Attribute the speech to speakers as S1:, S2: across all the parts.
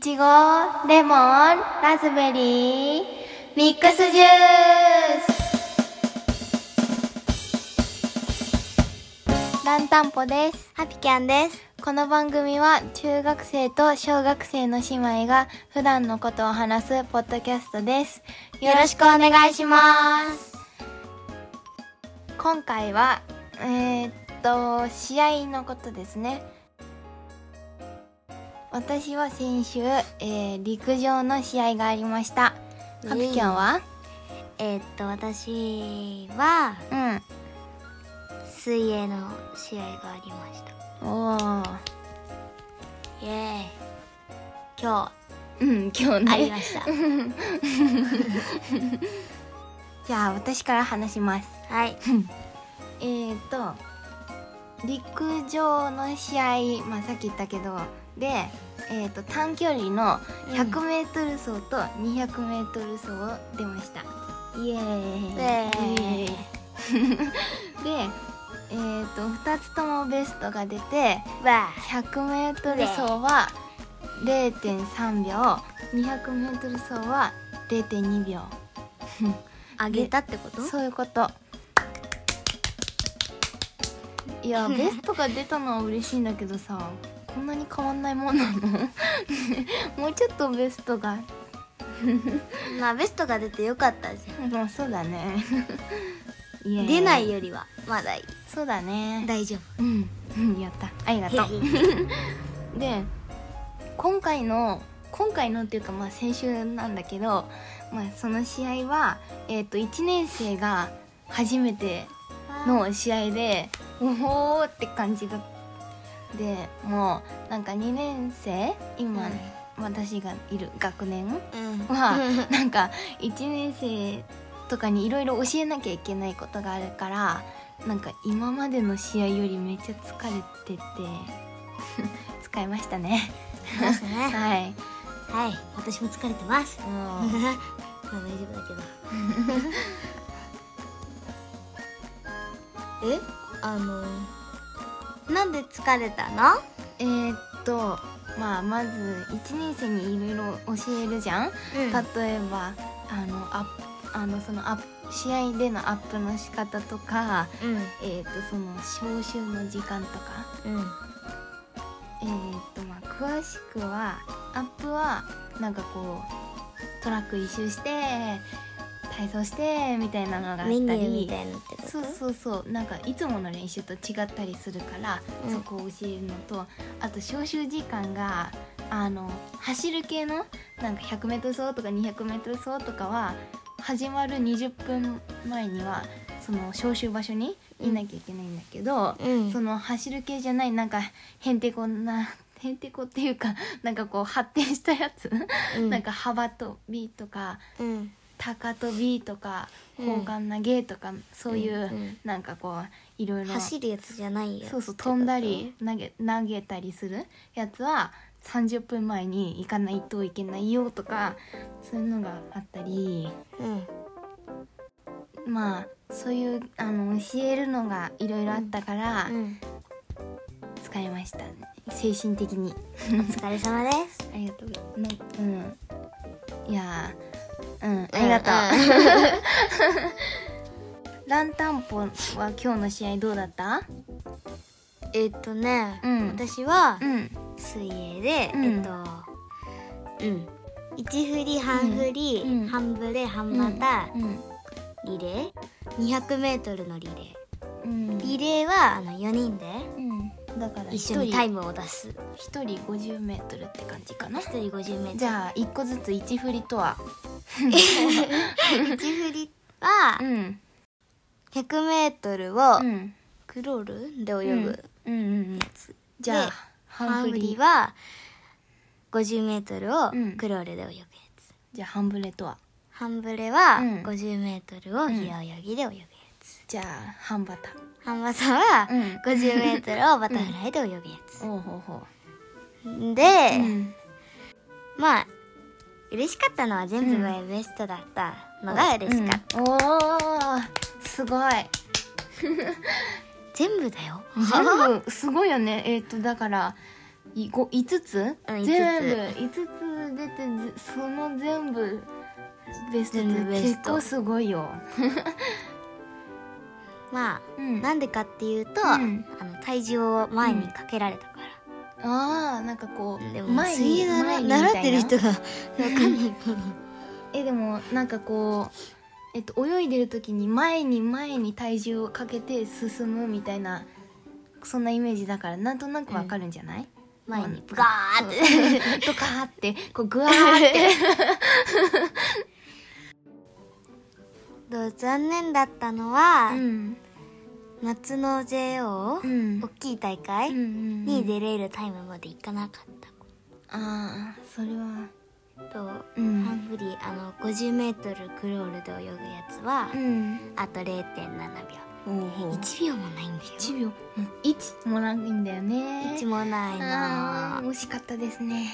S1: ちご、レモン、ラズベリー、ミックスジュースランタンポです。
S2: ハピキャンです。
S1: この番組は中学生と小学生の姉妹が普段のことを話すポッドキャストです。よろしくお願いします。今回は、えーっと、試合のことですね。私は先週、えー陸上の試合がありました。ハピキャンは
S2: えーっと私は
S1: うん。
S2: 水泳の試合がありました。
S1: おー。
S2: イエーイ。今
S1: うん、今日
S2: 日
S1: ね。
S2: ありました。
S1: じゃあ、私から話します。
S2: はい。
S1: えー、と陸上の試合、まあ、さっき言ったけどで、えー、と短距離の 100m 走と 200m 走を出ました、イエーイ
S2: イエーイ
S1: イエーイで、えー、と2つともベストが出て
S2: わ
S1: 100m 走は0.3秒 200m 走は0.2秒
S2: あ。あげたってこと？
S1: そういうこといやベストが出たのは嬉しいんだけどさこんなに変わんないもんなの もうちょっとベストが
S2: まあベストが出てよかったじ
S1: まあそうだね
S2: ゃ
S1: イエー
S2: ん。
S1: イ
S2: 出ないよりはまだいい
S1: そうだね
S2: 大丈
S1: うんうんやったありがと
S2: 夫
S1: う。 で今回の今回のっていうかまあ先週なんだけど、まあ、その試合は、えー、と1年生が初めて
S2: あ
S1: の試合でおおーって感じだでもうなんか2年生今、私がいる学年
S2: うん。
S1: はなんか1年生とかにいろいろ教えなきゃいけないことがあるからなんか今までの試合よりめっちゃ疲れてて 疲れましたね
S2: ますね。
S1: はい
S2: はい。私も疲れてます。 まあ
S1: もう
S2: 大丈夫だ けど。え？あのなんで疲れたの？
S1: えーっとまあまず1年生にいろいろ教えるじゃん
S2: うん
S1: 例えばあのアップあのそのアップ試合でのアップの仕方とか、
S2: う
S1: えー、とその招集の時間とか、
S2: んうん
S1: えーとまあ、詳しくはアップはなんかこうトラック一周して体操してみたいなのがあった
S2: メニューみ
S1: り
S2: たいなってこと
S1: そうそうそうなんかいつもの練習と違ったりするから、
S2: うん
S1: そこを教えるのとあと招集時間があの走る系のなんか 100m 走とか 200m 走とかは始まる20分前にはその招集場所にいなきゃいけないんだけど、
S2: うん
S1: その走る系じゃないなんかへんてこなへんてこっていうかなんかこう発展したやつ、
S2: うん
S1: なんか幅跳びとか
S2: うん
S1: 高跳びとか
S2: うん
S1: 砲丸投げとか、そういう、
S2: うんうん
S1: なんかこういろいろ
S2: 走るやつじゃないよ
S1: そうそう飛んだり投げ投げたりするやつは30分前に行かないといけないよとかそういうのがあったり
S2: うん
S1: まあそういうあの教えるのがいろいろあったから
S2: うん
S1: 疲れました、ね精神的に
S2: お疲れ様です
S1: ありがとうなうんいやーうんありがとう、 ランタンポは今日の試合どうだった
S2: えっとね
S1: うん
S2: 私は
S1: うん
S2: 水泳で
S1: うん
S2: えっとうん一振り半振り
S1: うんうん
S2: 半ブレ半股
S1: うん
S2: リレー200メートルのリレ
S1: うん
S2: ーリレーはあの4人で
S1: うん、だから
S2: 一緒に
S1: 一人
S2: タイムを出す
S1: 一人五十メートルって感じかな
S2: 一。人50メートル
S1: じゃあ一個ずつ一振りとは。
S2: 一振りは
S1: ん。
S2: 100メートルを
S1: うん。
S2: クロールで泳ぐ
S1: うんうんうん。
S2: やつ、
S1: じゃあ
S2: で
S1: 半
S2: 半
S1: 振
S2: 振り
S1: り。
S2: は50メートルを
S1: うん
S2: クロールで泳ぐやつ、
S1: じゃあ半ブレとは。
S2: 半ブレは
S1: うん
S2: 50メートルを平泳ぎで泳ぐやつ、
S1: じゃあ半バタ。
S2: 半バタは
S1: うん
S2: 50メートルをバタフライで泳ぐやつ、
S1: おうほうほ
S2: で、
S1: う。うん。
S2: まあ嬉しかったのは全部がベストだったのが嬉しかった、
S1: うん。おお。すごい。
S2: 全部だよ
S1: 全部すごいよね。えっとだからいご5つ、
S2: うん
S1: 全部5
S2: 5
S1: つ出てずその全部ベスト
S2: 全部ベ
S1: で
S2: ス
S1: 結
S2: ト
S1: 構すごいよ。
S2: ま
S1: うん
S2: あなんでかっていうと、
S1: うん
S2: あの体重を前にかけられたから、
S1: あーなんかこう
S2: でも
S1: 前
S2: 水
S1: に
S2: 泳習
S1: 前にみたいな
S2: 習ってる 人がわかんないから
S1: えでもなんかこう、えっと、泳いでる時に前に前に体重をかけて進むみたいなそんなイメージだからなんとなくわかるんじゃない、
S2: 前にガーって
S1: とかーってこうグワーって
S2: と残念だったのは、
S1: うん
S2: 夏の JO、
S1: うん
S2: 大きい大会、
S1: うんうん
S2: に出れるタイムまでいかなかったこ
S1: ああそれは
S2: と、
S1: うん
S2: ハングリーあの 50m クロールで泳ぐやつは、
S1: うん
S2: あと0.7秒1秒もないんだよ
S1: 1秒うん1もないんだよね
S2: 1もない
S1: あ
S2: な
S1: ー惜しかったですね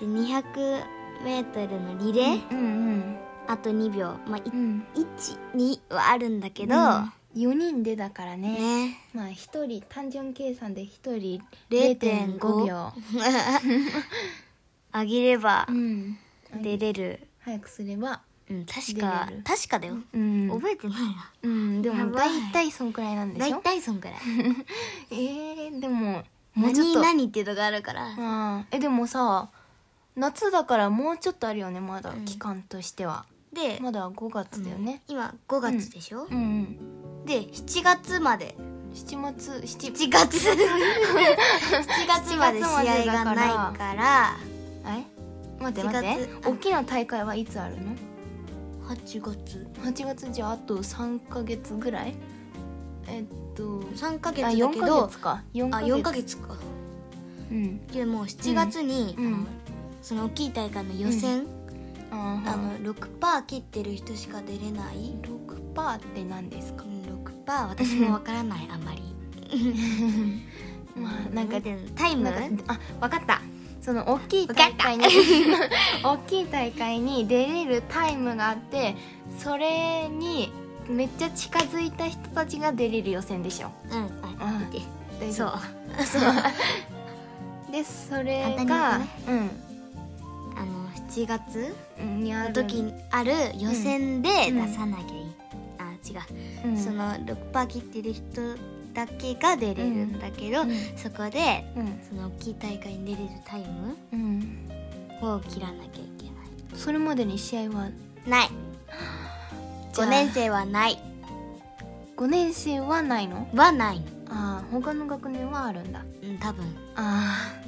S2: で 200m のリレー、
S1: うん
S2: あと2秒まあ、い
S1: うんうん
S2: 12はあるんだけど、
S1: 4人でだからね
S2: ね
S1: まあ1人単純計算で1人
S2: 0.5
S1: 0.5秒
S2: あげれば
S1: うん
S2: 出れる、
S1: 早くすれば
S2: うん、確か
S1: 出れる
S2: 確かだよ、
S1: うん
S2: 覚えてないな
S1: うんで
S2: や
S1: も
S2: ばい
S1: 大体そんくらいなんでし
S2: 大
S1: ょ
S2: 体そんくらい
S1: えー、でも もうちょっ
S2: 何
S1: と
S2: 何っていうのがあるから、
S1: うんえでもさ夏だからもうちょっとあるよねまだ
S2: うん
S1: 期間としては、
S2: で、
S1: まだ5月だよね
S2: 今5月でしょ、
S1: うん、うん、
S2: で7月まで
S1: 7月7
S2: 7月7月まで試合がないから
S1: あれ待って
S2: 8
S1: 待っ
S2: 月
S1: て大きな大会はいつあるの
S2: 8月
S1: ?8 月じゃああと3か月ぐらいえっと
S2: 3ヶ月
S1: あ
S2: だけ
S1: 4
S2: ど
S1: ヶ月か4
S2: あ
S1: ヶ月
S2: 4ヶ月か
S1: うん
S2: でもう7月に、
S1: うん
S2: あのその大きい大会の予選、
S1: あ
S2: あ
S1: の
S2: の6%切ってる人しか出れない、
S1: 6パーって何ですか
S2: うん、6%私もわからないあんまり
S1: まあなんか
S2: 見てタイム
S1: なんかあわかったその大きい
S2: わか
S1: 大
S2: っ
S1: 会に 大きい大会に出れるタイムがあってそれにめっちゃ近づいた人たちが出れる予選でしょ
S2: うんあ見て
S1: 大
S2: そ
S1: 丈
S2: う
S1: 夫
S2: そうあ
S1: でそれ
S2: 簡単に
S1: が
S2: やっの7月
S1: うんにあ
S2: の
S1: る
S2: 時にある予選で
S1: うん
S2: 出さなきゃいい、あ違
S1: う
S2: う
S1: ん
S2: その6%切ってる人だけが出れるんだけど、
S1: うん
S2: そこで
S1: うん
S2: その大きい大会に出れるタイム
S1: うん
S2: を切らなきゃいけな
S1: それまでに試合はい
S2: ない
S1: じゃ
S2: 5
S1: あ
S2: 年生はない
S1: 5年生はないの
S2: はないの
S1: ああ他の学年はあるんだ
S2: うん多分
S1: ああ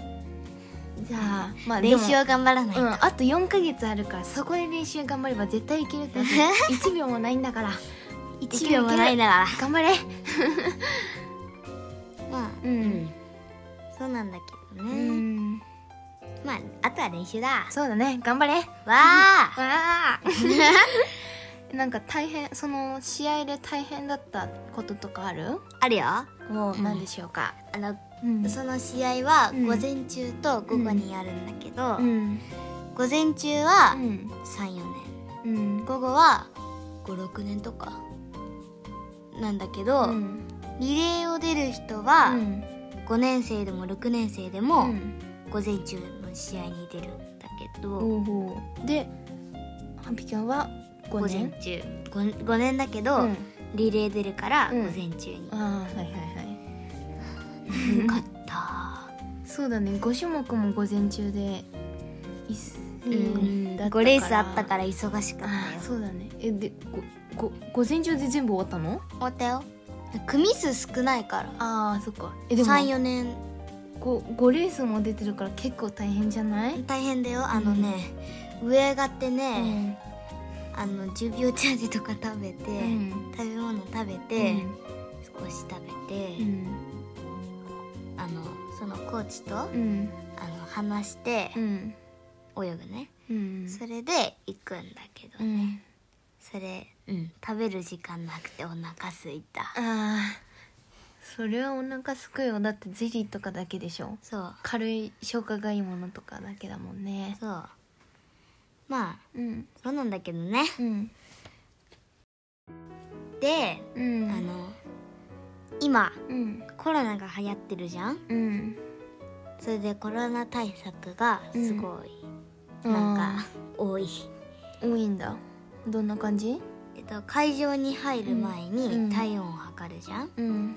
S1: じゃあまあで
S2: 練
S1: も
S2: 習を頑張らないと、
S1: うん、あと4ヶ月あるからそこで練習頑張れば絶対いけるって 1秒もないんだから
S2: 1秒もない
S1: な
S2: なら
S1: 頑張れ
S2: まあ
S1: うん、
S2: そうなんだけど
S1: う
S2: ね、
S1: ん、
S2: まああとは練習だわ
S1: そうだね頑張れわ
S2: あ
S1: あなんか大変その試合で大変だったこととかある
S2: あるよ
S1: もう
S2: うん
S1: 何でしょうか、
S2: あの
S1: うん
S2: その試合は
S1: うん
S2: 午前中と午後にやるんだけど、
S1: うん
S2: 午前中
S1: う
S2: は
S1: ん
S2: 34年
S1: うん
S2: 午後は56年とかなんだけど、
S1: うん
S2: リレーを出る人
S1: う
S2: は
S1: ん
S2: 5年生でも6年生で
S1: う
S2: も
S1: ん
S2: 午前中の試合に出るんだけど、
S1: おうほうでハンピキャンは
S2: 午
S1: 5
S2: 前
S1: 年
S2: 中 5, 年だけど、
S1: うん
S2: リレー出るから
S1: う
S2: 午
S1: ん
S2: 前中に、
S1: ああはいはいはい
S2: よかった
S1: そうだね5種目も午前中で いす
S2: うん
S1: だった
S2: 5レースあったからら忙しかったよ
S1: あーそうだねえでごご午前中で全部終わったの
S2: 終わったよ組数少ないから
S1: あーそっかえでも
S2: 34年
S1: 5, 5レースも出てるから結構大変じゃない
S2: 大変だよあのね、上上がって
S1: う
S2: ね、
S1: ん
S2: あの10秒チャージとか食べて、
S1: うん
S2: 食べ物食べて、少し食べて、
S1: うん
S2: あのそのコーチと、
S1: うん
S2: あの話して
S1: うん
S2: 泳ぐね、
S1: うん
S2: それで行くんだけど、
S1: うん
S2: それ、うん、食べる時間なくてお腹すいた
S1: あーそれはお腹すくよだってゼリーとかだけでしょ
S2: そう
S1: 軽い消化がいいものとかだけだもんね
S2: そうまあ
S1: うん
S2: そうなんだけどね
S1: うん
S2: で、
S1: うん
S2: あの今
S1: うん
S2: コロナが流行ってるじゃん
S1: うん
S2: それでコロナ対策がすごい、
S1: うん
S2: なんか多い、
S1: 多いんだどんな感じ
S2: えっと、会場に入る前
S1: うん
S2: に体温を測るじゃん、
S1: うん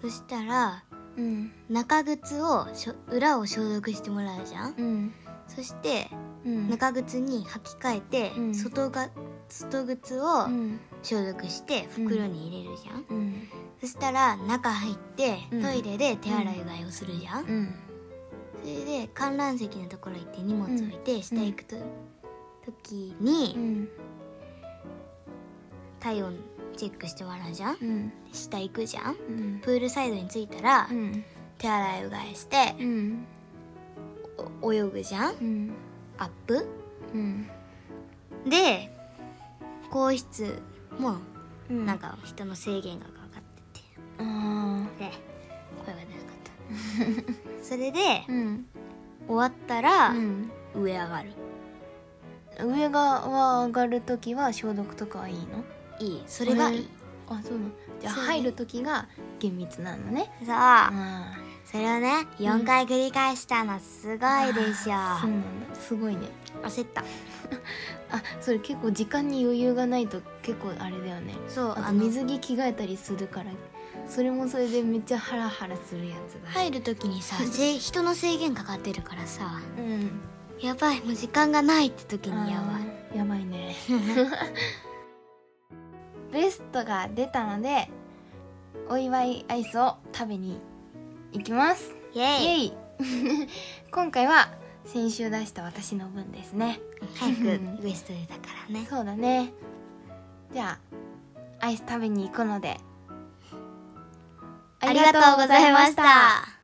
S2: そしたら
S1: うん
S2: 中靴をしょ裏を消毒してもらうじゃん
S1: うん
S2: そして
S1: うん
S2: 中靴に履き替えて、
S1: うん
S2: 外が外靴を
S1: うん
S2: 消毒して袋に入れるじゃん、
S1: うん
S2: そしたら中入って
S1: うん
S2: トイレで手洗いうがいをするじゃん、
S1: うん
S2: それで観覧席のところ行って荷物置いて下行くと、時に
S1: うん
S2: 体温チェックしてもらうじゃん
S1: うん
S2: 下行くじゃん
S1: うん
S2: プールサイドに着いたら
S1: うん
S2: 手洗いうがいして
S1: うん
S2: お泳ぐじゃ
S1: う
S2: ん
S1: ん
S2: アップ
S1: うん
S2: で皇室も
S1: うん
S2: なんか人の制限がかかって
S1: あ
S2: てで声が出なか ったそれで
S1: ーうん
S2: 終わったら
S1: うん
S2: 上上がる
S1: 上側上がる時は消毒とかはいいの
S2: いいそれがいい
S1: あそうなのじゃあ
S2: そうね
S1: 入る時が厳密なのね
S2: さあ
S1: あー
S2: それをね4回繰り返したのすごいでしょ
S1: あーそうなんだすごいね
S2: 焦った
S1: あそれ結構時間に余裕がないと結構あれだよね
S2: そう
S1: あ
S2: あ
S1: と
S2: の
S1: 水着着替えたりするからそれもそれでめっちゃハラハラするやつだ、
S2: 入る時にさせい人の制限かかってるからさ
S1: うん
S2: やばいもう時間がないって時にやばい
S1: ばいやばいね ベストが出たのでお祝いアイスを食べに行きます
S2: イエ
S1: イ
S2: イ
S1: エイ 今回は先週出した私の分ですね
S2: 早
S1: うん
S2: くウエスト出たからね
S1: そうだねじゃあアイス食べに行くので
S2: ありがとうございました